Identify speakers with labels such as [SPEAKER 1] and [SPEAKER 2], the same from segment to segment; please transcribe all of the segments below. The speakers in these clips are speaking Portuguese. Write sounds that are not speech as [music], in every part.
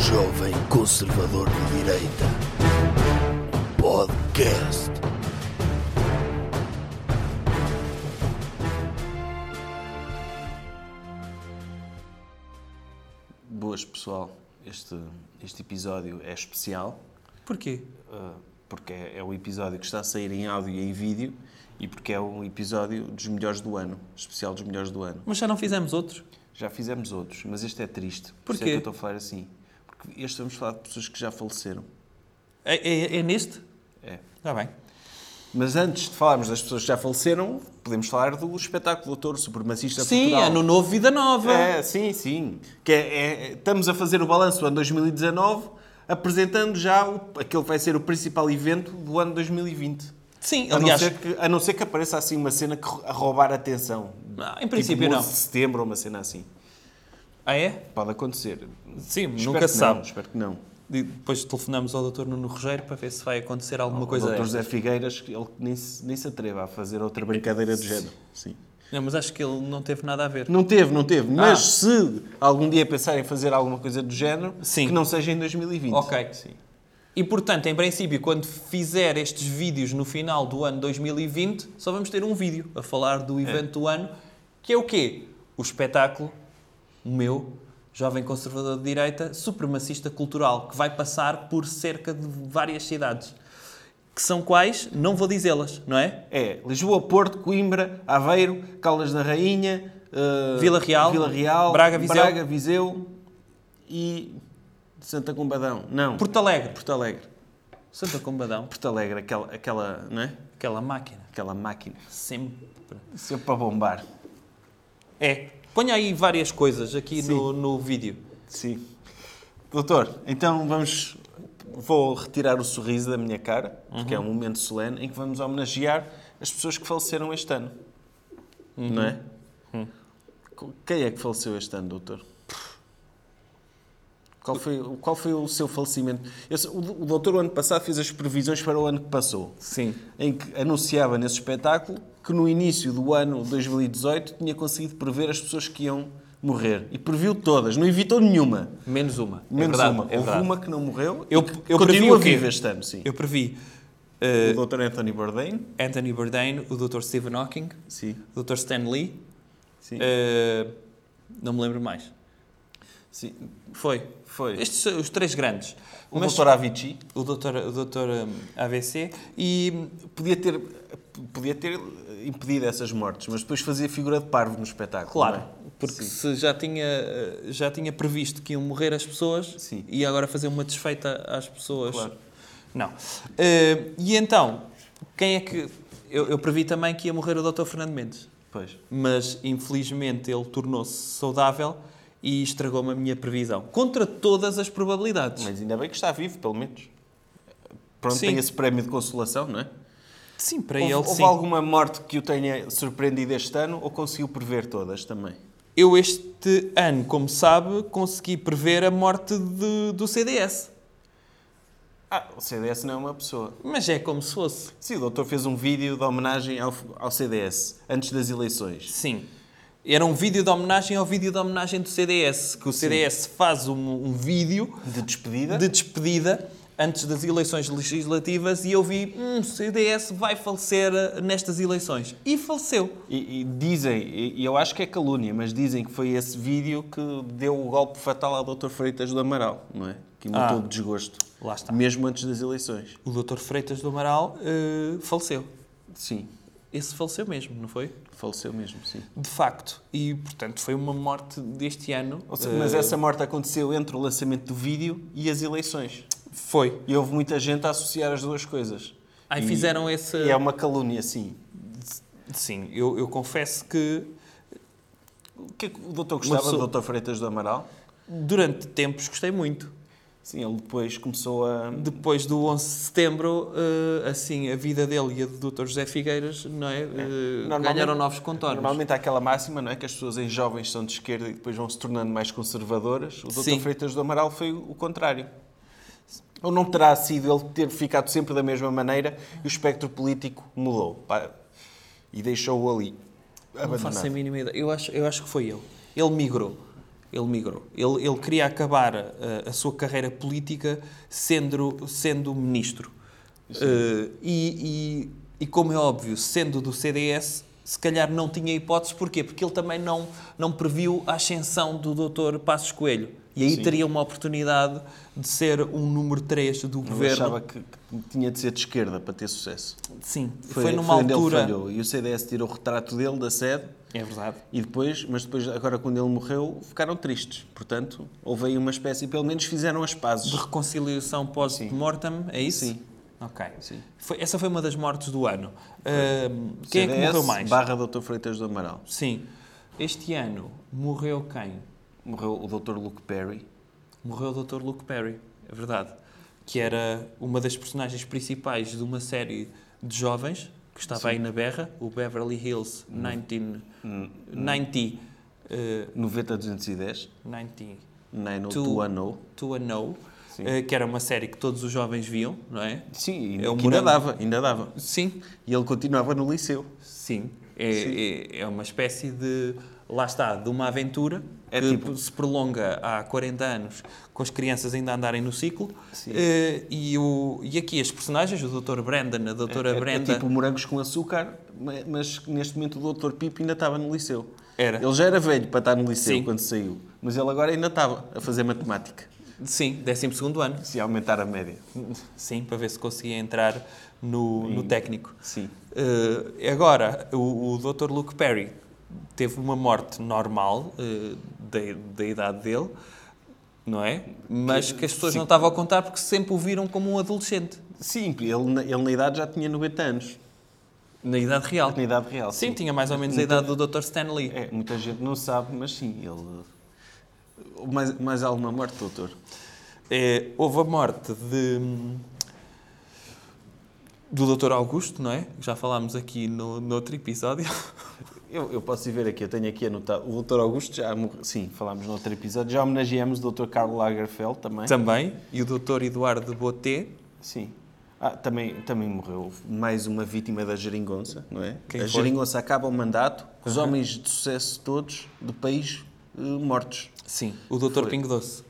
[SPEAKER 1] jovem conservador de direita. Um podcast.
[SPEAKER 2] Boas pessoal, este, este episódio é especial
[SPEAKER 3] Porquê?
[SPEAKER 2] ah, porque é, é o episódio que está a sair em áudio e em vídeo e porque é um episódio dos melhores do ano, especial dos melhores do ano.
[SPEAKER 3] Mas já não fizemos outro?
[SPEAKER 2] Já fizemos outros, mas este é triste. Por isso é
[SPEAKER 3] Porquê?
[SPEAKER 2] que eu estou a falar assim. Porque este vamos falar de pessoas que já faleceram.
[SPEAKER 3] É, é- é neste?
[SPEAKER 2] É.
[SPEAKER 3] Está bem.
[SPEAKER 2] Mas antes de falarmos das pessoas que já faleceram, podemos falar do espetáculo do autor supremacista
[SPEAKER 3] Sim,
[SPEAKER 2] Portugal.
[SPEAKER 3] ano novo, vida nova.
[SPEAKER 2] É, sim, sim. Que é- é- estamos a fazer o balanço do ano 2019, apresentando já o, aquele que vai ser o principal evento do ano 2020. A
[SPEAKER 3] Sim,
[SPEAKER 2] não,
[SPEAKER 3] aliás,
[SPEAKER 2] ser que, a não ser que apareça assim uma cena que ro- a roubar a atenção.
[SPEAKER 3] Não, ah, em princípio
[SPEAKER 2] tipo
[SPEAKER 3] não.
[SPEAKER 2] 11 de setembro ou uma cena assim.
[SPEAKER 3] Ah, é?
[SPEAKER 2] Pode acontecer.
[SPEAKER 3] Sim,
[SPEAKER 2] Espero
[SPEAKER 3] nunca
[SPEAKER 2] que
[SPEAKER 3] se
[SPEAKER 2] não,
[SPEAKER 3] sabe.
[SPEAKER 2] Espero que não.
[SPEAKER 3] E Depois telefonamos ao Dr. Nuno Rogério para ver se vai acontecer alguma coisa.
[SPEAKER 2] o Dr.
[SPEAKER 3] desta.
[SPEAKER 2] José Figueiras, que ele nem se, nem se atreva a fazer outra brincadeira do género. Sim.
[SPEAKER 3] Não, mas acho que ele não teve nada a ver.
[SPEAKER 2] Não teve, não teve. Mas
[SPEAKER 3] Ah.
[SPEAKER 2] se algum dia pensarem em fazer alguma coisa do género,
[SPEAKER 3] Sim.
[SPEAKER 2] que não seja em 2020.
[SPEAKER 3] Ok.
[SPEAKER 2] Sim.
[SPEAKER 3] E portanto, em princípio, quando fizer estes vídeos no final do ano 2020, só vamos ter um vídeo a falar do evento do ano, que é o quê? O espetáculo, o meu, jovem conservador de direita, supremacista cultural, que vai passar por cerca de várias cidades. Que são quais? Não vou dizê-las, não é?
[SPEAKER 2] É Lisboa, Porto, Coimbra, Aveiro, Caldas da Rainha, eh,
[SPEAKER 3] Vila Real,
[SPEAKER 2] Vila Real,
[SPEAKER 3] Braga, Viseu.
[SPEAKER 2] Viseu e Santa Combadão. Não, Porto,
[SPEAKER 3] Porto Alegre,
[SPEAKER 2] Alegre.
[SPEAKER 3] Santa Combadão,
[SPEAKER 2] Porto Alegre, aquela, aquela, não é?
[SPEAKER 3] aquela máquina,
[SPEAKER 2] Aquela máquina.
[SPEAKER 3] sempre.
[SPEAKER 2] Sempre para bombar.
[SPEAKER 3] É. Ponha aí várias coisas aqui
[SPEAKER 2] Sim.
[SPEAKER 3] no, no vídeo.
[SPEAKER 2] Sim. Doutor, então vamos. Vou retirar o sorriso da minha cara, porque é um momento solene em que vamos homenagear as pessoas que faleceram este ano. Não é? Quem é que faleceu este ano, doutor? Qual foi, qual foi o seu falecimento? Eu sei- o, o doutor, o ano passado, fez as previsões para o ano que passou
[SPEAKER 3] Sim.
[SPEAKER 2] em que anunciava nesse espetáculo que no início do ano 2018 tinha conseguido prever as pessoas que iam morrer. E previu todas, não evitou nenhuma.
[SPEAKER 3] Menos uma. É
[SPEAKER 2] Menos
[SPEAKER 3] verdade,
[SPEAKER 2] uma.
[SPEAKER 3] É
[SPEAKER 2] Houve
[SPEAKER 3] verdade.
[SPEAKER 2] uma que não morreu
[SPEAKER 3] Eu-
[SPEAKER 2] e que
[SPEAKER 3] eu previ
[SPEAKER 2] continua
[SPEAKER 3] o quê?
[SPEAKER 2] viva este ano, sim.
[SPEAKER 3] Eu previ
[SPEAKER 2] O Dr. Anthony Bourdain,
[SPEAKER 3] Anthony Bourdain, o Dr. Stephen Hawking,
[SPEAKER 2] sim.
[SPEAKER 3] o Dr. Stan Lee,
[SPEAKER 2] sim,
[SPEAKER 3] eh, não me lembro mais.
[SPEAKER 2] sim.
[SPEAKER 3] Foi.
[SPEAKER 2] Foi.
[SPEAKER 3] Estes são os três grandes.
[SPEAKER 2] O
[SPEAKER 3] Mas
[SPEAKER 2] Dr. Avicii
[SPEAKER 3] o Dr. O Dr. hum, AVC e
[SPEAKER 2] podia ter, podia ter eh, impedido essas mortes, mas depois fazia figura de parvo no espetáculo.
[SPEAKER 3] Claro,
[SPEAKER 2] não é?
[SPEAKER 3] porque
[SPEAKER 2] Sim.
[SPEAKER 3] se já tinha, eh, já tinha previsto que iam morrer as pessoas
[SPEAKER 2] Sim.
[SPEAKER 3] e agora fazer uma desfeita às pessoas.
[SPEAKER 2] Claro.
[SPEAKER 3] Não. Eh, e então, quem é que. Eu, eu previ também que ia morrer o Dr. Fernando Mendes,
[SPEAKER 2] Pois.
[SPEAKER 3] mas infelizmente ele tornou-se saudável e estragou-me a minha previsão. Contra todas as probabilidades.
[SPEAKER 2] Mas ainda bem que está vivo, pelo menos. Pronto,
[SPEAKER 3] Sim.
[SPEAKER 2] tem esse prémio de consolação, não é?
[SPEAKER 3] Sim, para
[SPEAKER 2] Houve,
[SPEAKER 3] ele
[SPEAKER 2] houve
[SPEAKER 3] sim.
[SPEAKER 2] alguma morte que o tenha surpreendido este ano ou conseguiu prever todas também?
[SPEAKER 3] Eu este ano, como sabe, consegui prever a morte de- do CDS.
[SPEAKER 2] Ah, o CDS não é uma pessoa.
[SPEAKER 3] Mas é como se fosse.
[SPEAKER 2] Sim, o doutor fez um vídeo de homenagem ao, ao CDS, antes das eleições.
[SPEAKER 3] Sim. Era um vídeo de homenagem ao vídeo de homenagem do CDS, que o CDS faz um, um vídeo
[SPEAKER 2] De despedida?
[SPEAKER 3] de despedida antes das eleições legislativas e eu vi, hum, o CDS vai falecer eh, nestas eleições. E faleceu.
[SPEAKER 2] E, e dizem, e e eu acho que é calúnia, mas dizem que foi esse vídeo que deu o golpe fatal ao doutor Freitas do Amaral, não é? Que matou
[SPEAKER 3] Ah.
[SPEAKER 2] de desgosto.
[SPEAKER 3] Lá está.
[SPEAKER 2] Mesmo antes das eleições.
[SPEAKER 3] O Dr. Freitas do Amaral eh, faleceu.
[SPEAKER 2] Sim,
[SPEAKER 3] Esse faleceu mesmo, não foi?
[SPEAKER 2] faleceu mesmo, sim.
[SPEAKER 3] De facto. E, portanto, foi uma morte deste ano.
[SPEAKER 2] Ou seja,
[SPEAKER 3] eh,
[SPEAKER 2] Mas essa morte aconteceu entre o lançamento do vídeo e as eleições.
[SPEAKER 3] Foi.
[SPEAKER 2] E houve muita gente a associar as duas coisas.
[SPEAKER 3] Aí
[SPEAKER 2] E-
[SPEAKER 3] fizeram esse...
[SPEAKER 2] E é uma calúnia, sim.
[SPEAKER 3] um- Sim, eu, eu confesso que
[SPEAKER 2] O que é que o doutor gostava
[SPEAKER 3] pessoa-
[SPEAKER 2] do doutor Freitas do Amaral?
[SPEAKER 3] durante tempos gostei muito.
[SPEAKER 2] Sim, ele depois começou a...
[SPEAKER 3] Depois do 11 de setembro, eh, assim, a vida dele e a do Dr. José Figueiras não é? Eh,
[SPEAKER 2] Normalmente-
[SPEAKER 3] ganharam novos contornos.
[SPEAKER 2] Normalmente há aquela máxima, não é? Que as pessoas em jovens são de esquerda e depois vão se tornando mais conservadoras. O doutor
[SPEAKER 3] Sim.
[SPEAKER 2] Freitas do Amaral foi o contrário. Ou não terá sido ele ter ficado sempre da mesma maneira e o espectro político mudou. pá, e deixou-o ali.
[SPEAKER 3] não faço a
[SPEAKER 2] Abandonado.
[SPEAKER 3] mínima ideia. Eu acho, eu acho que foi ele. Ele migrou. Ele migrou. Ele, ele queria acabar a, a sua carreira política sendo, sendo ministro. Eh, e, e- e, como é óbvio, sendo do CDS, se calhar não tinha hipótese. Porquê? Porque ele também não, não previu a ascensão do doutor Passos Coelho. E aí teria uma oportunidade de ser um número 3 do
[SPEAKER 2] Eu
[SPEAKER 3] governo.
[SPEAKER 2] achava que, que tinha de ser de esquerda para ter sucesso.
[SPEAKER 3] Sim, foi, numa
[SPEAKER 2] onde ele
[SPEAKER 3] altura...
[SPEAKER 2] falhou. E o CDS tirou o retrato dele da sede
[SPEAKER 3] É verdade.
[SPEAKER 2] e depois, mas depois, agora quando ele morreu, ficaram tristes. Portanto, houve aí uma espécie, pelo menos fizeram as pazes.
[SPEAKER 3] De reconciliação pós-mortem, é isso?
[SPEAKER 2] Sim.
[SPEAKER 3] Ok. Foi- essa foi uma das mortes do ano. Ahm, quem é que
[SPEAKER 2] CDS
[SPEAKER 3] morreu mais?
[SPEAKER 2] barra Dr. Freitas do Amaral.
[SPEAKER 3] Sim. Este ano morreu quem?
[SPEAKER 2] Morreu o Dr. Luke Perry.
[SPEAKER 3] Morreu o Dr. Luke Perry, é verdade. Que era uma das personagens principais de uma série de jovens que estava aí na berra, o Beverly Hills
[SPEAKER 2] Hum.
[SPEAKER 3] 19, 90, eh,
[SPEAKER 2] 90-210,
[SPEAKER 3] 90
[SPEAKER 2] 90-210.
[SPEAKER 3] To a Know, eh, que era uma série que todos os jovens viam, não é?
[SPEAKER 2] Sim,
[SPEAKER 3] É o
[SPEAKER 2] que ainda
[SPEAKER 3] morango.
[SPEAKER 2] dava, ainda dava.
[SPEAKER 3] Sim.
[SPEAKER 2] E ele continuava no liceu.
[SPEAKER 3] Sim. É, é- é uma espécie de. Lá está, de uma aventura
[SPEAKER 2] É
[SPEAKER 3] que
[SPEAKER 2] tipo-
[SPEAKER 3] se prolonga há 40 anos, com as crianças ainda a andarem no ciclo. Eh, e, o, e aqui as personagens, o Dr. Brandon, a Doutora
[SPEAKER 2] É- é
[SPEAKER 3] Brenda.
[SPEAKER 2] tipo morangos com açúcar, ma- mas neste momento o Dr. Pipo ainda estava no liceu.
[SPEAKER 3] Era.
[SPEAKER 2] Ele já era velho para estar no liceu
[SPEAKER 3] Sim.
[SPEAKER 2] quando saiu, mas ele agora ainda estava a fazer matemática,
[SPEAKER 3] Sim, 12 ano.
[SPEAKER 2] se aumentar a média.
[SPEAKER 3] Sim, para ver se conseguia entrar no, no técnico.
[SPEAKER 2] Sim.
[SPEAKER 3] Eh, agora, o, o Dr. Luke Perry teve uma morte normal eh, da, da idade dele, não é? Mas que as pessoas não estavam a contar porque sempre o viram como um adolescente,
[SPEAKER 2] Sim, ele, na- ele na idade já tinha 90 anos,
[SPEAKER 3] na idade real.
[SPEAKER 2] na idade real.
[SPEAKER 3] Sim, tinha mais ou menos a idade do Dr. Stanley.
[SPEAKER 2] É, muita gente não sabe, mas sim, ele... Mais, mais alguma morte, doutor?
[SPEAKER 3] Eh, houve a morte de, do Dr. Augusto, não é? Já falámos aqui no, no outro episódio.
[SPEAKER 2] Eu, eu posso ir ver aqui, eu tenho aqui anotado. O Dr. Augusto já morreu. Sim, falámos no outro episódio. Já homenageamos o Dr. Karl Lagerfeld também.
[SPEAKER 3] Também. E o Dr. Eduardo Boté,
[SPEAKER 2] Sim. Ah, também, também morreu mais uma vítima da geringonça, não é?
[SPEAKER 3] Quem
[SPEAKER 2] a
[SPEAKER 3] foi?
[SPEAKER 2] geringonça acaba o mandato, os homens de sucesso todos do país eh, mortos.
[SPEAKER 3] Sim, o Dr. Pingo Doce.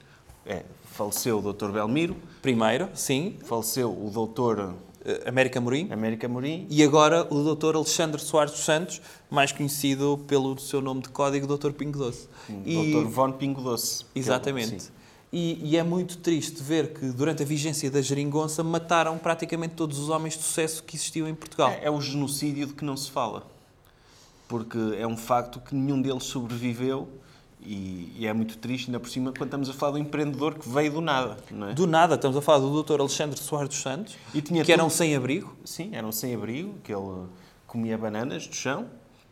[SPEAKER 2] É, faleceu o Dr. Belmiro,
[SPEAKER 3] Primeiro, sim,
[SPEAKER 2] faleceu o Dr.
[SPEAKER 3] eh, América Morim.
[SPEAKER 2] América Morim.
[SPEAKER 3] E agora o Dr. Alexandre Soares dos Santos, mais conhecido pelo seu nome de código Dr. Pingo Doce. E-
[SPEAKER 2] Dr. Von Hum, Pingo Doce. que é o-
[SPEAKER 3] Exatamente.
[SPEAKER 2] sim.
[SPEAKER 3] E, e é muito triste ver que durante a vigência da geringonça mataram praticamente todos os homens de sucesso que existiam em Portugal.
[SPEAKER 2] É, é o genocídio de que não se fala. Porque é um facto que nenhum deles sobreviveu e, e é muito triste, ainda por cima, quando estamos a falar do empreendedor que veio do nada, não é?
[SPEAKER 3] Do nada, estamos a falar do Dr. Alexandre Soares dos Santos,
[SPEAKER 2] E tinha
[SPEAKER 3] que era
[SPEAKER 2] tudo.
[SPEAKER 3] um sem-abrigo.
[SPEAKER 2] Sim, eram sem abrigo, que ele comia bananas do chão.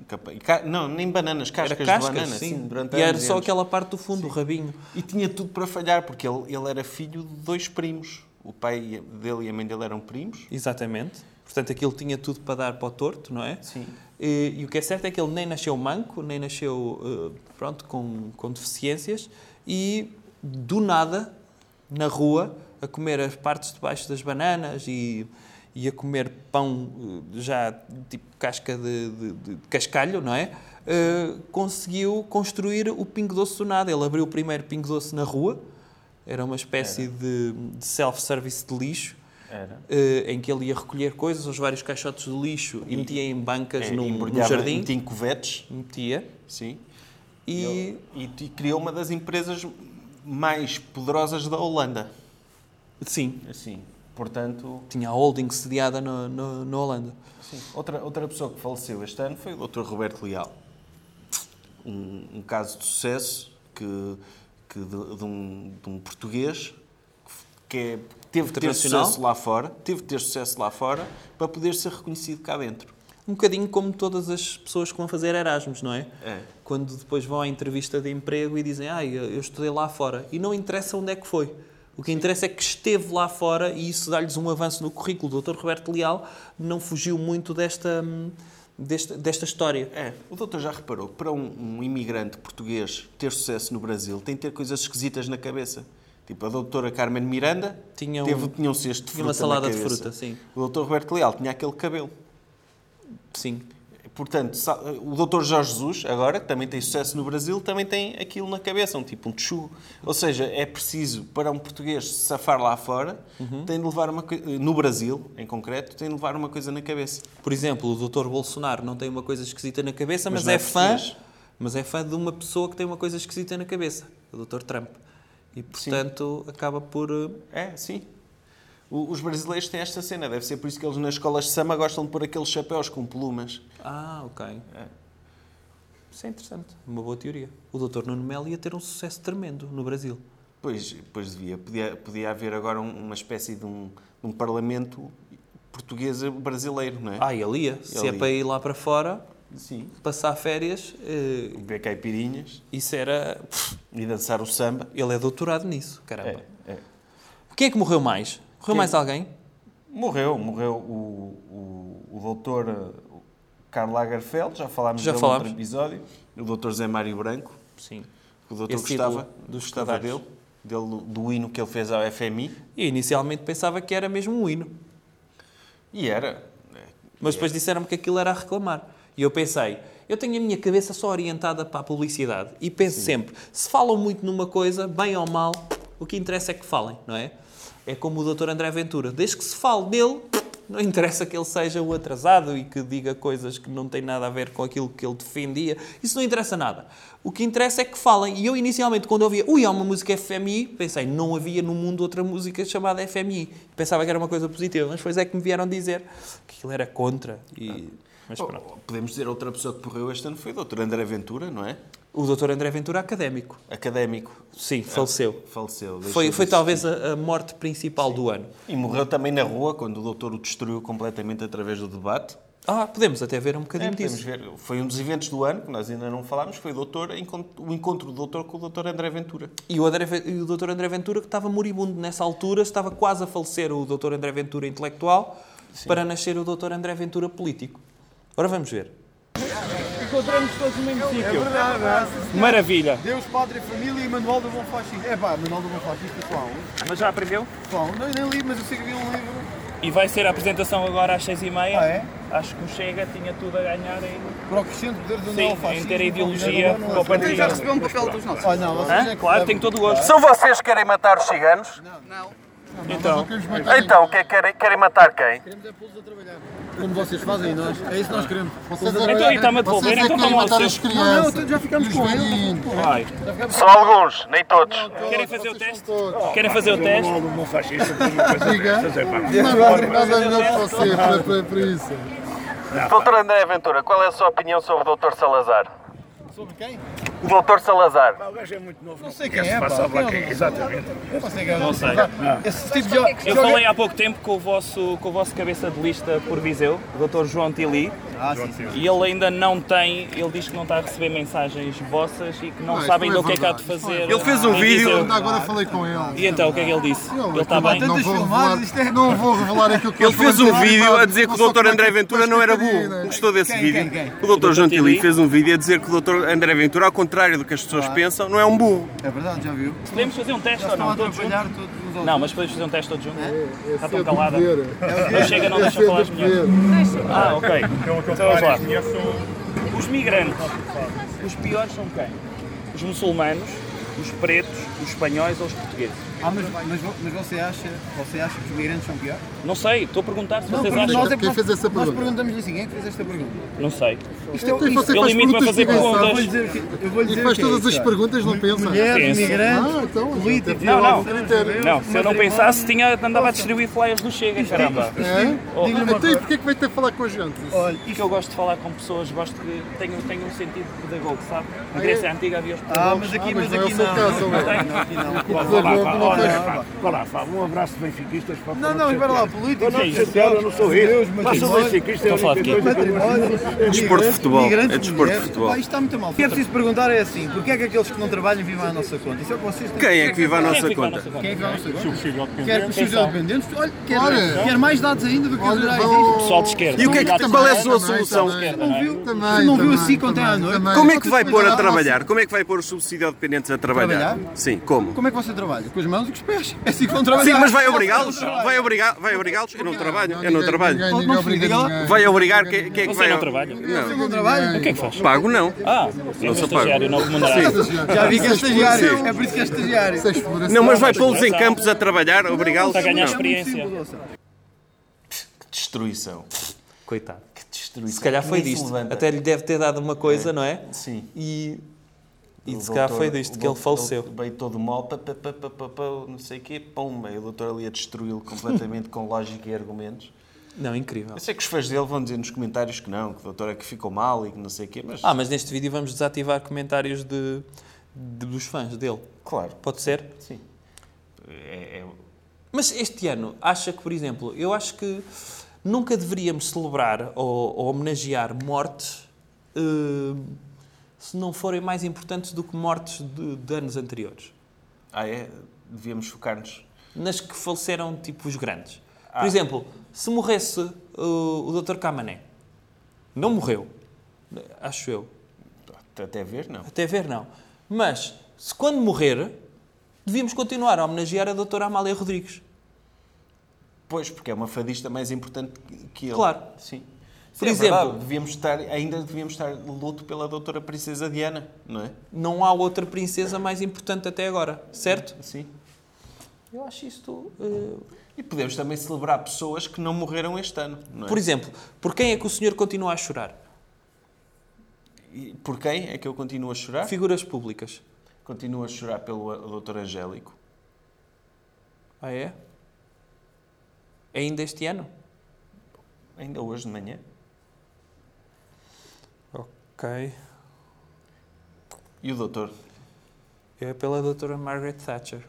[SPEAKER 2] capa- e ca- Não, nem bananas,
[SPEAKER 3] Era
[SPEAKER 2] cascas,
[SPEAKER 3] cascas,
[SPEAKER 2] de banana,
[SPEAKER 3] sim.
[SPEAKER 2] sim, durante
[SPEAKER 3] e era
[SPEAKER 2] anos e
[SPEAKER 3] só
[SPEAKER 2] anos.
[SPEAKER 3] aquela parte do fundo, o rabinho.
[SPEAKER 2] E tinha tudo para falhar, porque ele, ele era filho de dois primos. O pai dele e a mãe dele eram primos.
[SPEAKER 3] Exatamente. Portanto, aquilo tinha tudo para dar para o torto, não é?
[SPEAKER 2] Sim.
[SPEAKER 3] E, e o que é certo é que ele nem nasceu manco, nem nasceu eh, pronto, com, com deficiências e do nada, na rua, a comer as partes de baixo das bananas e, e a comer pão eh, já tipo casca de, de- de- de cascalho, não é? Eh, conseguiu construir o Pingo Doce do nada. Ele abriu o primeiro Pingo Doce na rua, era uma espécie de, de self-service de lixo.
[SPEAKER 2] Era.
[SPEAKER 3] eh, em que ele ia recolher coisas, os vários caixotes de lixo e, metia em bancas
[SPEAKER 2] É,
[SPEAKER 3] num, num
[SPEAKER 2] embrulhava-
[SPEAKER 3] jardim,
[SPEAKER 2] Tinha covetes.
[SPEAKER 3] metia,
[SPEAKER 2] Sim.
[SPEAKER 3] e
[SPEAKER 2] Ele- E, e criou uma das empresas mais poderosas da Holanda.
[SPEAKER 3] sim,
[SPEAKER 2] Assim, portanto...
[SPEAKER 3] tinha a holding sediada na na- na Holanda.
[SPEAKER 2] Sim. Outra, outra pessoa que faleceu este ano foi o Dr. Roberto Leal. Um, um caso de sucesso que, que de, de um, de um português que é- teve de ter
[SPEAKER 3] Internacional?
[SPEAKER 2] sucesso lá fora, teve de ter sucesso lá fora para poder ser reconhecido cá dentro.
[SPEAKER 3] Um bocadinho como todas as pessoas que vão fazer Erasmus, não é?
[SPEAKER 2] É.
[SPEAKER 3] Quando depois vão à entrevista de emprego e dizem, ah, eu eu estudei lá fora. E não interessa onde é que foi. O que interessa é que esteve lá fora e isso dá-lhes um avanço no currículo. O Dr. Roberto Leal não fugiu muito desta, hum, desta, desta história.
[SPEAKER 2] É, o doutor já reparou que para um, um imigrante português ter sucesso no Brasil tem de ter coisas esquisitas na cabeça. Tipo, a doutora Carmen Miranda
[SPEAKER 3] Tinha um-
[SPEAKER 2] teve, tinha um cesto de fruta
[SPEAKER 3] tinha uma
[SPEAKER 2] na
[SPEAKER 3] salada de
[SPEAKER 2] cabeça.
[SPEAKER 3] fruta, sim.
[SPEAKER 2] O doutor Roberto Leal tinha aquele cabelo.
[SPEAKER 3] Sim.
[SPEAKER 2] Portanto, sa- o Dr. Jorge Jesus, agora, que também tem sucesso no Brasil, também tem aquilo na cabeça, um tipo um tchu. Ou seja, é preciso, para um português se safar lá fora, tem de levar uma coisa, no Brasil, em concreto, tem de levar uma coisa na cabeça.
[SPEAKER 3] Por exemplo, o Dr. Bolsonaro não tem uma coisa esquisita na cabeça, mas,
[SPEAKER 2] não
[SPEAKER 3] é,
[SPEAKER 2] é
[SPEAKER 3] fã,
[SPEAKER 2] português.
[SPEAKER 3] mas é fã de uma pessoa que tem uma coisa esquisita na cabeça, o Dr. Trump. E portanto acaba por eh,
[SPEAKER 2] É, sim. O- os brasileiros têm esta cena, deve ser por isso que eles nas escolas de samba gostam de pôr aqueles chapéus com plumas.
[SPEAKER 3] Ah, ok. Isso é interessante, uma boa teoria. O Dr. Nuno Melo ia ter um sucesso tremendo no Brasil.
[SPEAKER 2] Pois, pois devia. Podia, podia haver agora um- uma espécie de um, de um parlamento português-brasileiro, não é?
[SPEAKER 3] Ah, ele ia. Se é
[SPEAKER 2] ia.
[SPEAKER 3] para ir lá para fora,
[SPEAKER 2] sim.
[SPEAKER 3] passar férias, eh,
[SPEAKER 2] Beber caipirinhas
[SPEAKER 3] isso era.
[SPEAKER 2] e dançar o samba.
[SPEAKER 3] Ele é doutorado nisso, caramba.
[SPEAKER 2] É, é.
[SPEAKER 3] Quem é que morreu mais? Morreu mais alguém?
[SPEAKER 2] Morreu, morreu o, o, o doutor eh, Karl Lagerfeld, já falámos
[SPEAKER 3] Já
[SPEAKER 2] dele
[SPEAKER 3] falámos.
[SPEAKER 2] outro episório. O doutor Zé Mário Branco,
[SPEAKER 3] Sim.
[SPEAKER 2] que o doutor
[SPEAKER 3] Esse
[SPEAKER 2] gostava,
[SPEAKER 3] ídolo dos
[SPEAKER 2] dos gostava dele,
[SPEAKER 3] estudantes.
[SPEAKER 2] dele, do- do hino que ele fez ao FMI.
[SPEAKER 3] Eu inicialmente pensava que era mesmo um hino,
[SPEAKER 2] E era. né?
[SPEAKER 3] mas depois disseram-me que aquilo era a reclamar. E eu pensei, eu tenho a minha cabeça só orientada para a publicidade e penso sempre, se falam muito numa coisa, bem ou mal, o que interessa é que falem, não é? É como o Dr. André Ventura, desde que se fale dele, não interessa que ele seja o atrasado e que diga coisas que não têm nada a ver com aquilo que ele defendia, isso não interessa nada. O que interessa é que falem. E eu inicialmente, quando ouvia, ui, há uma música FMI, pensei, não havia no mundo outra música chamada FMI. Pensava que era uma coisa positiva, mas depois é que me vieram dizer que aquilo era contra. E... Mas pronto.
[SPEAKER 2] Ah. Oh, Podemos dizer outra pessoa que morreu este ano foi o doutor André Ventura, não é?
[SPEAKER 3] O Dr. André Ventura, académico.
[SPEAKER 2] Académico.
[SPEAKER 3] Sim, faleceu.
[SPEAKER 2] Faleceu. deixou
[SPEAKER 3] Foi,
[SPEAKER 2] de
[SPEAKER 3] foi
[SPEAKER 2] existir.
[SPEAKER 3] talvez a, a morte principal do ano.
[SPEAKER 2] E morreu também na rua, quando o doutor o destruiu completamente através do debate.
[SPEAKER 3] Ah, podemos até ver um bocadinho
[SPEAKER 2] É, podemos
[SPEAKER 3] disso.
[SPEAKER 2] ver. Foi um dos eventos do ano, que nós ainda não falámos, foi o, doutor, encont- o encontro do doutor com o doutor André Ventura.
[SPEAKER 3] E o, André, Ve- e o Dr. André Ventura, que estava moribundo nessa altura, estava quase a falecer o Dr. André Ventura intelectual para nascer o Dr. André Ventura político. Ora vamos ver.
[SPEAKER 4] Encontramos todos no mesmo
[SPEAKER 5] É
[SPEAKER 4] sítio.
[SPEAKER 5] verdade, é.
[SPEAKER 4] Maravilha.
[SPEAKER 5] Deus, Padre, Família e Manual da Bom Fascista. É pá, Manual da Bom Fascista, João.
[SPEAKER 4] Mas já aprendeu?
[SPEAKER 5] João, não, nem li, mas eu sei que vi um livro.
[SPEAKER 4] E vai ser a apresentação agora às seis e meia.
[SPEAKER 5] Ah, é?
[SPEAKER 4] Acho que o Chega tinha tudo a ganhar aí.
[SPEAKER 5] Para o crescente poder do
[SPEAKER 4] Sim, em
[SPEAKER 5] neofascismo.
[SPEAKER 4] ter a ideologia
[SPEAKER 5] Não, não, não,
[SPEAKER 4] para o
[SPEAKER 5] não, não,
[SPEAKER 4] partido. Já recebeu
[SPEAKER 6] um papel dos nossos.
[SPEAKER 5] Oh, não, vocês é
[SPEAKER 4] Hã?
[SPEAKER 5] que
[SPEAKER 4] Claro,
[SPEAKER 5] sabem.
[SPEAKER 4] tenho todo o gosto.
[SPEAKER 7] São vocês que querem matar os ciganos?
[SPEAKER 6] Não.
[SPEAKER 4] Então,
[SPEAKER 5] Queremos matar-
[SPEAKER 7] Então, que- querem, querem matar quem?
[SPEAKER 5] Queremos é pô-los a trabalhar. Como vocês fazem, nós. É isso que nós queremos. Vocês é
[SPEAKER 4] então aí está-me a devolver, então toma o seu.
[SPEAKER 5] crianças. Não, então já ficamos com ele.
[SPEAKER 4] Vai.
[SPEAKER 7] Só alguns, nem todos.
[SPEAKER 4] Querem fazer o teste? Querem fazer o teste?
[SPEAKER 8] Não faz isso, não faz isso.
[SPEAKER 5] Diga.
[SPEAKER 8] Fazer parte.
[SPEAKER 5] Nós ajudamos você para- para- para isso.
[SPEAKER 7] Doutor André Ventura, qual é a sua opinião sobre o Dr. Salazar?
[SPEAKER 5] Sobre quem?
[SPEAKER 7] O Dr. Salazar.
[SPEAKER 8] O gajo é muito novo, não
[SPEAKER 5] Não sei
[SPEAKER 8] sei
[SPEAKER 5] quem
[SPEAKER 8] que
[SPEAKER 5] é,
[SPEAKER 8] se
[SPEAKER 5] pá.
[SPEAKER 8] passa a
[SPEAKER 5] Quem é o
[SPEAKER 8] vaca.
[SPEAKER 5] doutor?
[SPEAKER 8] Exatamente.
[SPEAKER 5] Não sei. quem é.
[SPEAKER 4] Não sei.
[SPEAKER 5] Esse tipo joga.
[SPEAKER 4] Eu falei há pouco tempo com o vosso, com o vosso cabeça de lista por Viseu, o Dr. João Tili,
[SPEAKER 5] Ah, sim, sim.
[SPEAKER 4] e ele ainda não tem, ele diz que não está a receber mensagens vossas e que não,
[SPEAKER 5] Ah, isso
[SPEAKER 4] sabe ainda
[SPEAKER 5] não é
[SPEAKER 4] o que é que há de
[SPEAKER 5] verdade, isso
[SPEAKER 4] fazer.
[SPEAKER 7] Ele fez um
[SPEAKER 4] em
[SPEAKER 7] vídeo.
[SPEAKER 4] Viseu.
[SPEAKER 5] Ainda agora falei com ele.
[SPEAKER 4] E então, o que é que ele disse? Ele está bem?
[SPEAKER 5] Não vou, revelar, não vou revelar aquilo que
[SPEAKER 9] Ele fez um vídeo a dizer que o Dr. André Ventura não era burro. Gostou desse
[SPEAKER 5] Quem,
[SPEAKER 9] vídeo?
[SPEAKER 5] quem,
[SPEAKER 9] O Dr. João
[SPEAKER 4] Tilly?
[SPEAKER 9] Tilly fez um vídeo a dizer que o Dr. André Ventura, ao contrário do que as pessoas pensam, não é um burro.
[SPEAKER 5] É verdade, já viu?
[SPEAKER 4] Podemos fazer um teste
[SPEAKER 5] Já
[SPEAKER 4] ou
[SPEAKER 5] estão a
[SPEAKER 4] não? Todos juntos?
[SPEAKER 5] atrapalhar todos os outros. É,
[SPEAKER 4] Não, mas podemos fazer um teste todos juntos? Está tão calada. Não chega, não deixa falar as mulheres. Ah, ok. Então vamos lá. Os migrantes, os piores são quem? Os muçulmanos, os pretos, os espanhóis ou os portugueses?
[SPEAKER 5] Ah, mas, mas, vo- mas você, acha, você acha que os migrantes são piores?
[SPEAKER 4] Não sei, estou a perguntar se vocês
[SPEAKER 5] porque
[SPEAKER 4] acham.
[SPEAKER 5] é que nós, nós perguntamos assim, quem é que fez esta pergunta?
[SPEAKER 4] Não sei.
[SPEAKER 5] Isto é isto,
[SPEAKER 4] Eu limito-me a fazer
[SPEAKER 5] eu vou
[SPEAKER 4] perguntas.
[SPEAKER 5] dizer o que- eu vou dizer o que é isto, olha.
[SPEAKER 9] perguntas, não pensa?
[SPEAKER 5] Mulheres,
[SPEAKER 4] Pensa.
[SPEAKER 5] migrantes,
[SPEAKER 9] Ah, então,
[SPEAKER 5] políticos,
[SPEAKER 4] Não, não.
[SPEAKER 5] critério.
[SPEAKER 4] Não, se eu não pensasse, tinha, andava a distribuir flyers do Chega,
[SPEAKER 5] é
[SPEAKER 4] caramba.
[SPEAKER 5] Diga-lhe uma coisa.
[SPEAKER 9] porquê que veio ter falar com a gente?
[SPEAKER 5] Olha,
[SPEAKER 4] E que eu gosto de falar com pessoas, gosto de. tenho, tenho um sentido pedagogo, sabe? Na Grécia Antiga havia os
[SPEAKER 5] Ah,
[SPEAKER 4] pedagogos.
[SPEAKER 5] mas aqui,
[SPEAKER 9] Ah,
[SPEAKER 5] mas
[SPEAKER 9] mas não é
[SPEAKER 5] aqui
[SPEAKER 9] o seu
[SPEAKER 5] não.
[SPEAKER 9] caso,
[SPEAKER 5] não,
[SPEAKER 9] não é?
[SPEAKER 5] não, aqui não.
[SPEAKER 8] Vá lá, vá,
[SPEAKER 5] não
[SPEAKER 8] olha,
[SPEAKER 5] faz-
[SPEAKER 8] vá, vá lá, fala. Um abraço de benfiquistas para
[SPEAKER 5] Não, não, espera lá, políticos,
[SPEAKER 8] Não, não,
[SPEAKER 5] sociais,
[SPEAKER 8] chateado, eu não sou
[SPEAKER 5] judeus,
[SPEAKER 8] isso. Mas sou
[SPEAKER 5] matrimónios,
[SPEAKER 8] benfiquista, é a
[SPEAKER 4] Estou a falar de
[SPEAKER 8] única coisa que eu-
[SPEAKER 5] matrimónios,
[SPEAKER 9] Desporto de futebol,
[SPEAKER 5] migrantes,
[SPEAKER 9] é desporto de
[SPEAKER 5] mulheres.
[SPEAKER 9] futebol.
[SPEAKER 5] Pá, isto está muito mal. O que é preciso perguntar é assim, porquê é que aqueles que não trabalham vivem à nossa conta? Isso é o que vocês têm.
[SPEAKER 9] Quem é que vive
[SPEAKER 4] Quem
[SPEAKER 9] à
[SPEAKER 4] é que
[SPEAKER 9] nossa
[SPEAKER 4] fica à
[SPEAKER 9] conta?
[SPEAKER 4] nossa conta?
[SPEAKER 5] Quem é que vai à nossa conta?
[SPEAKER 8] Subsídio ao dependente.
[SPEAKER 5] Quer que os seus
[SPEAKER 4] são?
[SPEAKER 5] dependentes, olha, quer, quer mais dados ainda do que os já existem.
[SPEAKER 4] Pessoal de é? esquerda.
[SPEAKER 9] E o que é que, qual é a sua solução?
[SPEAKER 5] Não viu? Se não viu assim ontem à noite.
[SPEAKER 9] Como é que vai pôr a trabalhar? Como é que vai pôr o subsídio ao dependentes a trabalhar.
[SPEAKER 5] trabalhar?
[SPEAKER 9] Sim, como?
[SPEAKER 5] Como é que você trabalha? Com as mãos e com os pés. É assim que vão trabalhar.
[SPEAKER 9] Sim, mas vai obrigá-los? Vai obrigar, vai obrigá-los? Eu não trabalho, eu não trabalho.
[SPEAKER 5] Não, não obriga lá.
[SPEAKER 9] Vai obrigar quem, quem é que
[SPEAKER 4] Você
[SPEAKER 9] vai?
[SPEAKER 4] não trabalha? O
[SPEAKER 5] Você não trabalha?
[SPEAKER 4] que é que faz?
[SPEAKER 9] Pago não.
[SPEAKER 4] Ah, é um
[SPEAKER 9] sou pago.
[SPEAKER 4] estagiário não remunerado.
[SPEAKER 5] Já vi que é estagiário. É por isso que é estagiário.
[SPEAKER 9] Não, mas vai pô-los em campos a trabalhar, obrigá-los?
[SPEAKER 4] Para ganhar
[SPEAKER 9] Não.
[SPEAKER 4] experiência.
[SPEAKER 2] Que destruição.
[SPEAKER 3] Coitado.
[SPEAKER 2] Que destruição.
[SPEAKER 3] Se calhar foi
[SPEAKER 2] Nem se
[SPEAKER 3] disto.
[SPEAKER 2] levanta.
[SPEAKER 3] Até lhe deve ter dado uma coisa, não é?
[SPEAKER 2] Sim.
[SPEAKER 3] E, e
[SPEAKER 2] O
[SPEAKER 3] se calhar
[SPEAKER 2] doutor-
[SPEAKER 3] foi disto
[SPEAKER 2] o
[SPEAKER 3] que ele
[SPEAKER 2] doutor-
[SPEAKER 3] faleceu.
[SPEAKER 2] Veio todo mal, pá, pá, pá, pá, pá, pá, não sei o quê, pumba. E o doutor ali a destruí-lo completamente com lógica e argumentos.
[SPEAKER 3] Não, incrível.
[SPEAKER 2] Eu sei que os fãs dele vão dizer nos comentários que não, que o doutor é que ficou mal e que não sei o quê, mas.
[SPEAKER 3] Ah, mas neste vídeo vamos desativar comentários de, de- dos fãs dele.
[SPEAKER 2] Claro.
[SPEAKER 3] Pode ser?
[SPEAKER 2] Sim. É, é-
[SPEAKER 3] Mas este ano, acha que, por exemplo, eu acho que nunca deveríamos celebrar ou, ou homenagear mortes hum, se não forem mais importantes do que mortes de, de anos anteriores.
[SPEAKER 2] Ah, é? Devíamos focar-nos.
[SPEAKER 3] Nas que faleceram, tipo, os grandes.
[SPEAKER 2] Ah.
[SPEAKER 3] Por exemplo, se morresse uh, o Dr. Camané, não morreu, acho eu.
[SPEAKER 2] Até- Até ver, não.
[SPEAKER 3] Até ver, não. Mas, se quando morrer, devíamos continuar a homenagear a doutora Amália Rodrigues.
[SPEAKER 2] Pois, porque é uma fadista mais importante que- que ele.
[SPEAKER 3] Claro.
[SPEAKER 2] Sim. Sim,
[SPEAKER 3] Por
[SPEAKER 2] é
[SPEAKER 3] exemplo-
[SPEAKER 2] verdade. devíamos estar, ainda devíamos estar de luto pela doutora princesa Diana, não é?
[SPEAKER 3] Não há outra princesa mais importante até agora, certo?
[SPEAKER 2] Sim.
[SPEAKER 3] Eu acho isto...
[SPEAKER 2] Assim.
[SPEAKER 3] eh,
[SPEAKER 2] E podemos também celebrar pessoas que não morreram este ano, não é?
[SPEAKER 3] Por exemplo, por quem é que o senhor continua a chorar?
[SPEAKER 2] E por quem é que eu continuo a chorar?
[SPEAKER 3] Figuras públicas.
[SPEAKER 2] Continuo a chorar pelo a- doutor Angélico.
[SPEAKER 3] Ah, é? Ainda este ano?
[SPEAKER 2] Ainda hoje de manhã.
[SPEAKER 3] Ok.
[SPEAKER 2] E o doutor?
[SPEAKER 3] É pela doutora Margaret Thatcher.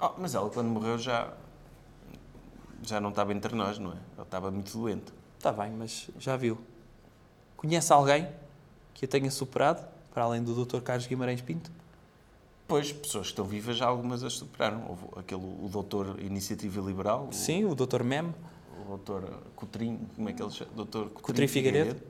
[SPEAKER 2] Oh, mas ela quando morreu já... Já não estava entre nós, não é? Ela estava muito doente.
[SPEAKER 3] Está Tá bem, mas já viu. Conhece alguém que a tenha superado, para além do Dr. Carlos Guimarães Pinto?
[SPEAKER 2] Pois, pessoas que estão vivas, já algumas as superaram. Houve aquele, o doutor Iniciativa Liberal. o-
[SPEAKER 3] Sim, o Dr. Meme.
[SPEAKER 2] o doutor Coutrinho, como é que ele chama? Doutor
[SPEAKER 3] Coutrinho Figueiredo.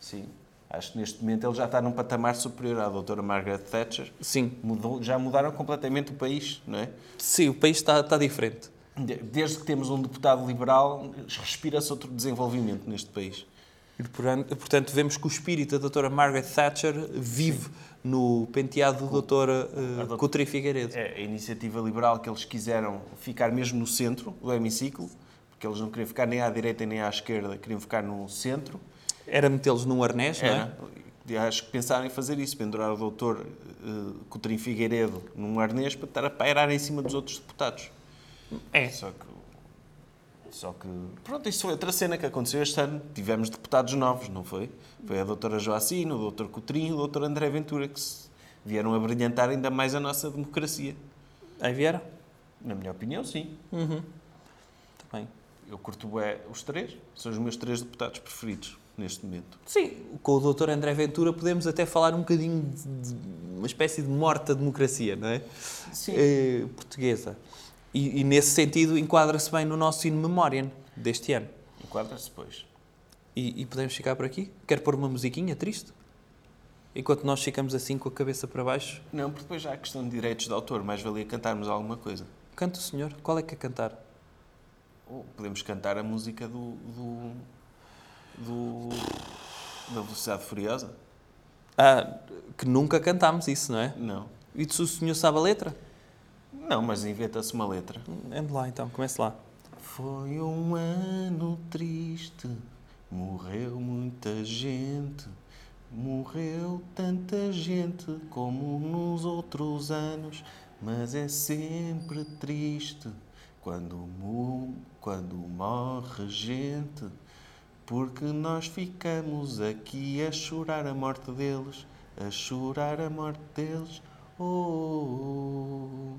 [SPEAKER 2] Sim. Acho que neste momento ele já está num patamar superior à doutora Margaret Thatcher.
[SPEAKER 3] Sim.
[SPEAKER 2] Mudou- já mudaram completamente o país, não é?
[SPEAKER 3] Sim, o país está, está diferente.
[SPEAKER 2] De- Desde que temos um deputado liberal, respira-se outro desenvolvimento neste país.
[SPEAKER 3] E, poran- Portanto, vemos que o espírito da Dra Margaret Thatcher vive no penteado do Dr. Uh, Coutrinho Figueiredo.
[SPEAKER 2] É a iniciativa liberal que eles quiseram ficar mesmo no centro do hemiciclo, porque eles não queriam ficar nem à direita nem à esquerda, queriam ficar no centro.
[SPEAKER 3] Era metê-los num arnés, não é?
[SPEAKER 2] Era. E Acho que pensaram em fazer isso, pendurar o doutor eh, Coutrinho Figueiredo num arnês para estar a pairar em cima dos outros deputados.
[SPEAKER 3] É.
[SPEAKER 2] Só que... Só que... Pronto, isso foi outra cena que aconteceu este ano. Tivemos deputados novos, não foi? Foi a doutora Joacine, o doutor Coutrinho e o doutor André Ventura que se vieram a brilhantar ainda mais a nossa democracia.
[SPEAKER 3] Aí vieram?
[SPEAKER 2] Na minha opinião, sim.
[SPEAKER 3] Está bem.
[SPEAKER 2] Eu curto é os três. São os meus três deputados preferidos neste momento.
[SPEAKER 3] Sim, com o Dr. André Ventura podemos até falar um bocadinho de, de uma espécie de morta democracia, não é? Sim. portuguesa. E, e nesse sentido enquadra-se bem no nosso in memoriam deste ano.
[SPEAKER 2] Enquadra-se, pois.
[SPEAKER 3] E, e podemos ficar por aqui? Quer pôr uma musiquinha triste? Enquanto nós ficamos assim com a cabeça para baixo,
[SPEAKER 2] Não, porque depois já há questão de direitos de autor. Mais valia cantarmos alguma coisa.
[SPEAKER 3] canta o senhor. Qual é que é cantar?
[SPEAKER 2] Ou podemos cantar a música do. do. do- da Velocidade Furiosa?
[SPEAKER 3] Ah, que nunca cantámos isso, não é?
[SPEAKER 2] Não.
[SPEAKER 3] E se o senhor sabe a letra?
[SPEAKER 2] Não, mas inventa-se uma letra.
[SPEAKER 3] Ande lá então, comece lá.
[SPEAKER 2] Foi um ano triste, morreu muita gente. Morreu tanta gente como nos outros anos, mas é sempre triste quando, mu- quando morre gente, porque nós ficamos aqui a chorar a morte deles, a chorar a morte deles. Oh,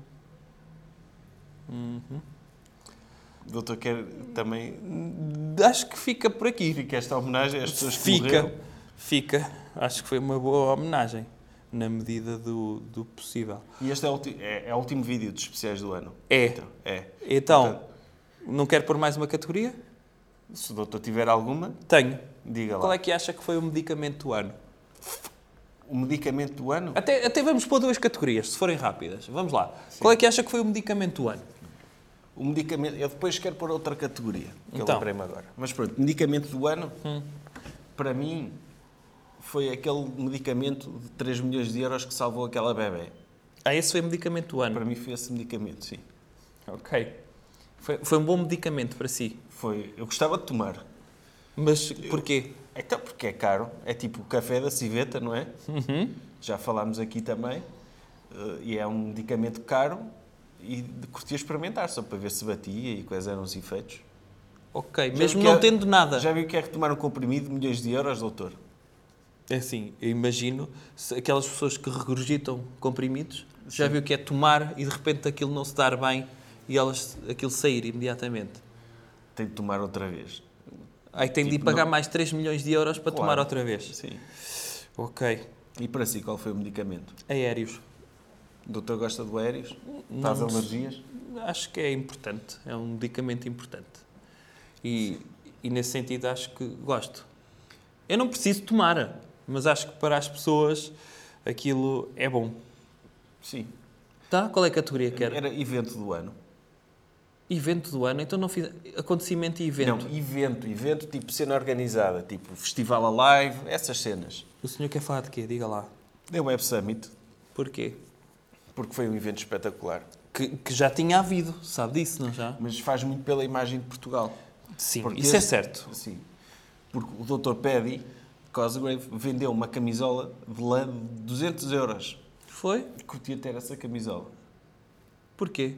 [SPEAKER 2] oh, oh. Doutor, quer também.
[SPEAKER 3] Acho que fica por aqui.
[SPEAKER 2] Fica esta homenagem às pessoas que
[SPEAKER 3] Fica,
[SPEAKER 2] morreram.
[SPEAKER 3] fica. Acho que foi uma boa homenagem, na medida do, do possível.
[SPEAKER 2] E este é o, ulti- é, é o último vídeo dos especiais do ano.
[SPEAKER 3] É.
[SPEAKER 2] Então, é.
[SPEAKER 3] Então, não quero pôr mais uma categoria?
[SPEAKER 2] Se o doutor tiver alguma,
[SPEAKER 3] Tenho.
[SPEAKER 2] diga lá.
[SPEAKER 3] Qual é que acha que foi o medicamento do ano?
[SPEAKER 2] o medicamento do ano?
[SPEAKER 3] Até, até vamos pôr duas categorias, se forem rápidas. Vamos lá. Qual é que acha que foi o medicamento do ano?
[SPEAKER 2] O medicamento. Eu depois quero pôr outra categoria, que
[SPEAKER 3] Então. Hum.
[SPEAKER 2] eu lembrei-me agora. Mas pronto, medicamento do ano, para mim, foi aquele medicamento de 3 milhões de euros que salvou aquela bebê.
[SPEAKER 3] Ah, esse foi o medicamento do
[SPEAKER 2] Para
[SPEAKER 3] ano.
[SPEAKER 2] mim foi esse medicamento, sim.
[SPEAKER 3] Ok. Foi, foi um bom medicamento para si.
[SPEAKER 2] Foi. Eu gostava de tomar.
[SPEAKER 3] Mas porquê?
[SPEAKER 2] Então, porque é caro. É tipo o café da civeta, não é?
[SPEAKER 3] Uhum.
[SPEAKER 2] Já falámos aqui também. Eh, e é um medicamento caro e de- curti a experimentar, só para ver se batia e quais eram os efeitos.
[SPEAKER 3] Ok,
[SPEAKER 2] Já
[SPEAKER 3] mesmo
[SPEAKER 2] vi que
[SPEAKER 3] não
[SPEAKER 2] é-
[SPEAKER 3] tendo nada.
[SPEAKER 2] Já viu o que é que tomar um comprimido de milhões de euros, doutor?
[SPEAKER 3] É assim, eu imagino se aquelas pessoas que regurgitam comprimidos, já viu que é tomar e de repente aquilo não se dar bem e elas aquilo sair imediatamente.
[SPEAKER 2] Tem de tomar outra vez.
[SPEAKER 3] Aí tem de ir
[SPEAKER 2] Tipo,
[SPEAKER 3] pagar
[SPEAKER 2] não-
[SPEAKER 3] mais 3 milhões de euros para
[SPEAKER 2] Claro.
[SPEAKER 3] tomar outra vez.
[SPEAKER 2] Sim.
[SPEAKER 3] Ok.
[SPEAKER 2] E para si, qual foi o medicamento?
[SPEAKER 3] Aéreos.
[SPEAKER 2] O doutor gosta de aéreos? Faz alergias?
[SPEAKER 3] Acho que é importante. É um medicamento importante. E, e nesse sentido acho que gosto. Eu não preciso tomar, mas acho que para as pessoas aquilo é bom.
[SPEAKER 2] Sim.
[SPEAKER 3] Tá? Qual é a categoria que era?
[SPEAKER 2] Era evento do ano.
[SPEAKER 3] Evento do ano? Então não fiz. Acontecimento e evento.
[SPEAKER 2] Não, evento, evento, tipo cena organizada, tipo festival a live, essas cenas.
[SPEAKER 3] O senhor quer falar de quê? Diga lá.
[SPEAKER 2] Deu um Web Summit,
[SPEAKER 3] Porquê?
[SPEAKER 2] porque foi um evento espetacular.
[SPEAKER 3] Que, que já tinha havido, sabe disso, não já?
[SPEAKER 2] Mas faz muito pela imagem de Portugal.
[SPEAKER 3] Sim,
[SPEAKER 2] Porque
[SPEAKER 3] isso é
[SPEAKER 2] este-
[SPEAKER 3] certo.
[SPEAKER 2] Sim. Porque o Dr. Paddy Cosgrave vendeu uma camisola de lã de 200 euros.
[SPEAKER 3] Foi?
[SPEAKER 2] Curtia ter essa camisola.
[SPEAKER 3] Porquê?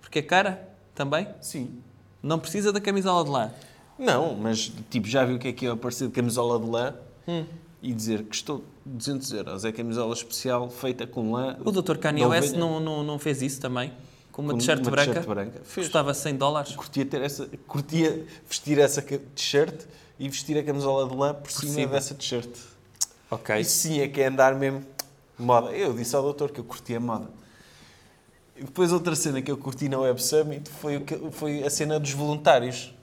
[SPEAKER 3] Porque é cara? Também?
[SPEAKER 2] Sim.
[SPEAKER 3] Não precisa da camisola de lã.
[SPEAKER 2] Não, mas tipo, já viu o que é que é aparecer de camisola de lã e dizer que custou 200 euros. É camisola especial feita com lã.
[SPEAKER 3] O Dr. Kanye
[SPEAKER 2] da
[SPEAKER 3] West
[SPEAKER 2] ovelha.
[SPEAKER 3] não, não, não fez isso também? Com uma
[SPEAKER 2] Com
[SPEAKER 3] t-shirt
[SPEAKER 2] uma
[SPEAKER 3] branca?
[SPEAKER 2] t-shirt branca. Fez.
[SPEAKER 3] Custava 100 dólares?
[SPEAKER 2] Curtia, ter essa, curtia vestir essa ca- t-shirt e vestir a camisola de lã por, cima,
[SPEAKER 3] cima.
[SPEAKER 2] dessa t-shirt.
[SPEAKER 3] Ok.
[SPEAKER 2] Isso sim é que é andar mesmo moda. Eu disse ao doutor que eu curtia a moda. E depois outra cena que eu curti na Web Summit foi, o que- foi a cena dos voluntários.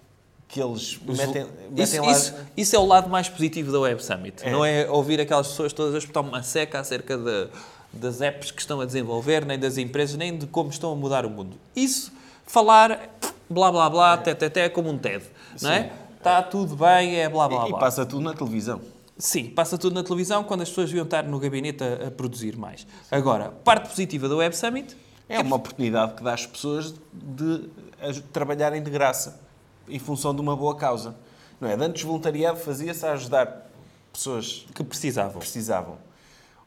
[SPEAKER 2] Que eles metem, metem
[SPEAKER 3] Isso,
[SPEAKER 2] lá...
[SPEAKER 3] isso- isso é o lado mais positivo da Web Summit.
[SPEAKER 2] É.
[SPEAKER 3] Não é ouvir aquelas pessoas todas a espetar uma seca acerca da- das apps que estão a desenvolver, nem das empresas, nem de como estão a mudar o mundo. Isso, falar blá blá blá, até até até, é como um TED, não é? Está tudo bem, é blá blá
[SPEAKER 2] E-
[SPEAKER 3] blá.
[SPEAKER 2] e passa tudo na televisão.
[SPEAKER 3] Sim, passa tudo na televisão quando as pessoas deviam estar no gabinete a, a produzir mais. Agora, parte positiva do Web Summit
[SPEAKER 2] É uma oportunidade que dá às pessoas de aj- trabalharem de graça, em função de uma boa causa. Não é? De Antes, voluntariado fazia-se a ajudar pessoas que
[SPEAKER 3] que precisavam.
[SPEAKER 2] precisavam.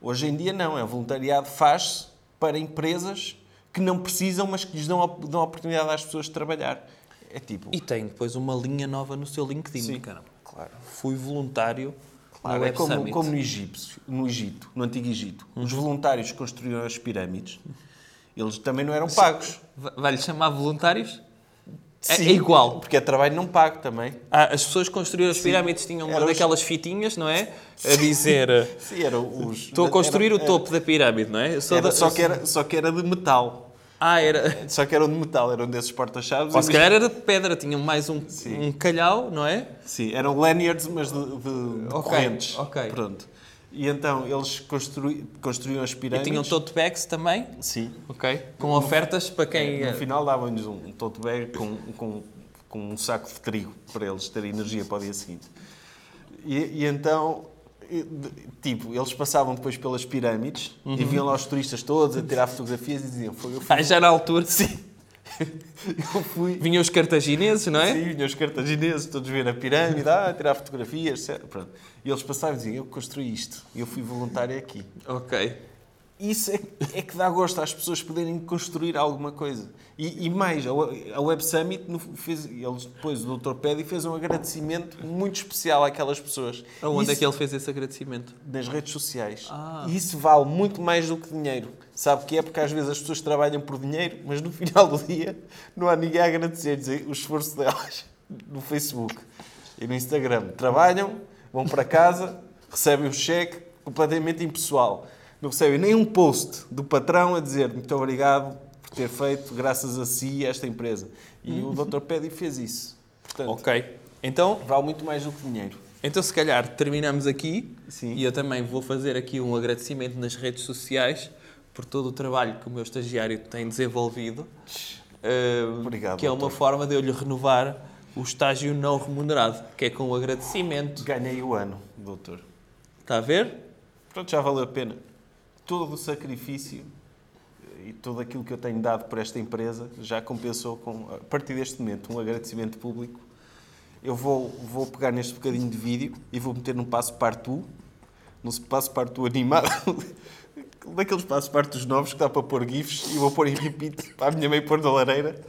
[SPEAKER 2] Hoje em dia, não. É voluntariado faz-se para empresas que não precisam, mas que lhes dão, op- dão oportunidade às pessoas de trabalhar. É tipo...
[SPEAKER 3] E tem depois uma linha nova no seu LinkedIn,
[SPEAKER 2] Sim,
[SPEAKER 3] caramba.
[SPEAKER 2] claro.
[SPEAKER 3] Fui voluntário
[SPEAKER 2] Claro,
[SPEAKER 3] no
[SPEAKER 2] é
[SPEAKER 3] Web
[SPEAKER 2] como,
[SPEAKER 3] Summit. Uhum.
[SPEAKER 2] como no, Egito, no Egito, no Antigo Egito. Os voluntários que construíram as pirâmides, eles também não eram pagos.
[SPEAKER 3] Va- Vai-lhe chamar voluntários? É- é igual.
[SPEAKER 2] Porque é trabalho não pago também.
[SPEAKER 3] Ah, as pessoas que construíram as pirâmides tinham uma
[SPEAKER 2] Eram os-
[SPEAKER 3] daquelas fitinhas, não é? A dizer, eh,
[SPEAKER 2] Sim, era os.
[SPEAKER 3] estou a construir
[SPEAKER 2] era-
[SPEAKER 3] o topo da pirâmide, não é? Eu sou
[SPEAKER 2] era-
[SPEAKER 3] da-
[SPEAKER 2] só, que era, só que era de metal.
[SPEAKER 3] Ah, era...
[SPEAKER 2] Só que era de metal, eram desses porta-chaves.
[SPEAKER 3] Ou
[SPEAKER 2] e-
[SPEAKER 3] se calhar era de pedra, tinham mais um, um calhau, não é?
[SPEAKER 2] Sim, eram lanyards, mas de, de- de
[SPEAKER 3] Ok,
[SPEAKER 2] correntes.
[SPEAKER 3] ok.
[SPEAKER 2] Pronto. E então eles construí, construíam as
[SPEAKER 3] E
[SPEAKER 2] pirâmides.
[SPEAKER 3] tinham tote bags também,
[SPEAKER 2] Sim.
[SPEAKER 3] ok? Com ofertas para quem... eh,
[SPEAKER 2] No final davam-lhes um, um tote bag com, com, com um saco de trigo para eles terem energia para o dia seguinte. E, e então, e, de- tipo, eles passavam depois pelas pirâmides
[SPEAKER 3] Uhum.
[SPEAKER 2] e viam lá os turistas todos a tirar fotografias e diziam: Foi eu fui
[SPEAKER 3] Ah, já na altura, sim.
[SPEAKER 2] Eu fui.
[SPEAKER 3] Vinham os cartagineses, não é?
[SPEAKER 2] Sim, vinham os cartagineses, todos ver a pirâmide, ah, tirar fotografias, etc. Pronto. E eles passavam e diziam: Eu construí isto, eu fui voluntário aqui.
[SPEAKER 3] Ok.
[SPEAKER 2] Isso é, é que dá gosto às pessoas poderem construir alguma coisa. E, e mais, a We- a Web Summit, no- fez, eles, depois o Dr. Pedi fez um agradecimento muito especial àquelas pessoas.
[SPEAKER 3] Aonde
[SPEAKER 2] Isso-
[SPEAKER 3] é que ele fez esse agradecimento?
[SPEAKER 2] nas redes sociais. E isso vale muito mais do que dinheiro. Sabe que é porque às vezes as pessoas trabalham por dinheiro, mas no [laughs] final do dia não há ninguém a agradecer-lhes o esforço delas [laughs] no Facebook e no Instagram. Trabalham, vão para casa, [laughs] recebem um cheque completamente impessoal. Não recebem nem um post do patrão a dizer muito obrigado por ter feito, graças a si, esta empresa. E o Dr. Pedi fez isso. Portanto,
[SPEAKER 3] Ok. Então,
[SPEAKER 2] vale muito mais do que dinheiro.
[SPEAKER 3] Então, se calhar, terminamos aqui.
[SPEAKER 2] Sim.
[SPEAKER 3] E eu também vou fazer aqui um agradecimento nas redes sociais por todo o trabalho que o meu estagiário tem desenvolvido. Ah,
[SPEAKER 2] Obrigado,
[SPEAKER 3] Que é uma
[SPEAKER 2] doutor.
[SPEAKER 3] forma de eu lhe renovar o estágio não remunerado, que é com o agradecimento.
[SPEAKER 2] Ganhei o ano, doutor.
[SPEAKER 3] Está a ver?
[SPEAKER 2] Pronto, já valeu a pena. Todo o sacrifício eh, e tudo aquilo que eu tenho dado por esta empresa já compensou com, a partir deste momento, um agradecimento público. Eu vou, vou pegar neste bocadinho de vídeo e vou meter num passo parto, num passo parto animado, [laughs] daqueles passo partos novos que dá para pôr gifs e vou pôr em repeat para a minha mãe pôr na lareira.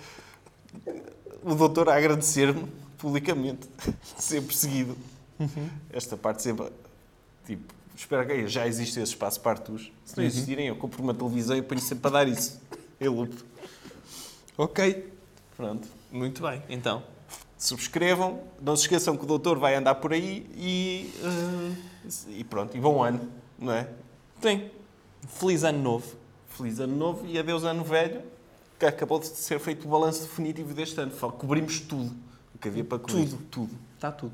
[SPEAKER 2] O doutor a agradecer-me publicamente, [laughs] sempre seguido. Esta parte sempre, tipo, espero que já existem esses passo partos. Se não existirem, eu compro uma televisão e ponho sempre para dar isso. Eu loop.
[SPEAKER 3] Ok.
[SPEAKER 2] Pronto.
[SPEAKER 3] Muito bem. Então,
[SPEAKER 2] Subscrevam, não se esqueçam que o doutor vai andar por aí e. eh, e pronto, e bom ano, não é?
[SPEAKER 3] tem. Feliz ano novo.
[SPEAKER 2] Feliz ano novo e adeus ano velho, que acabou de ser feito o balanço definitivo deste ano. Fal- Cobrimos tudo. O que havia para cobrir. Tudo, tudo.
[SPEAKER 3] Está tudo.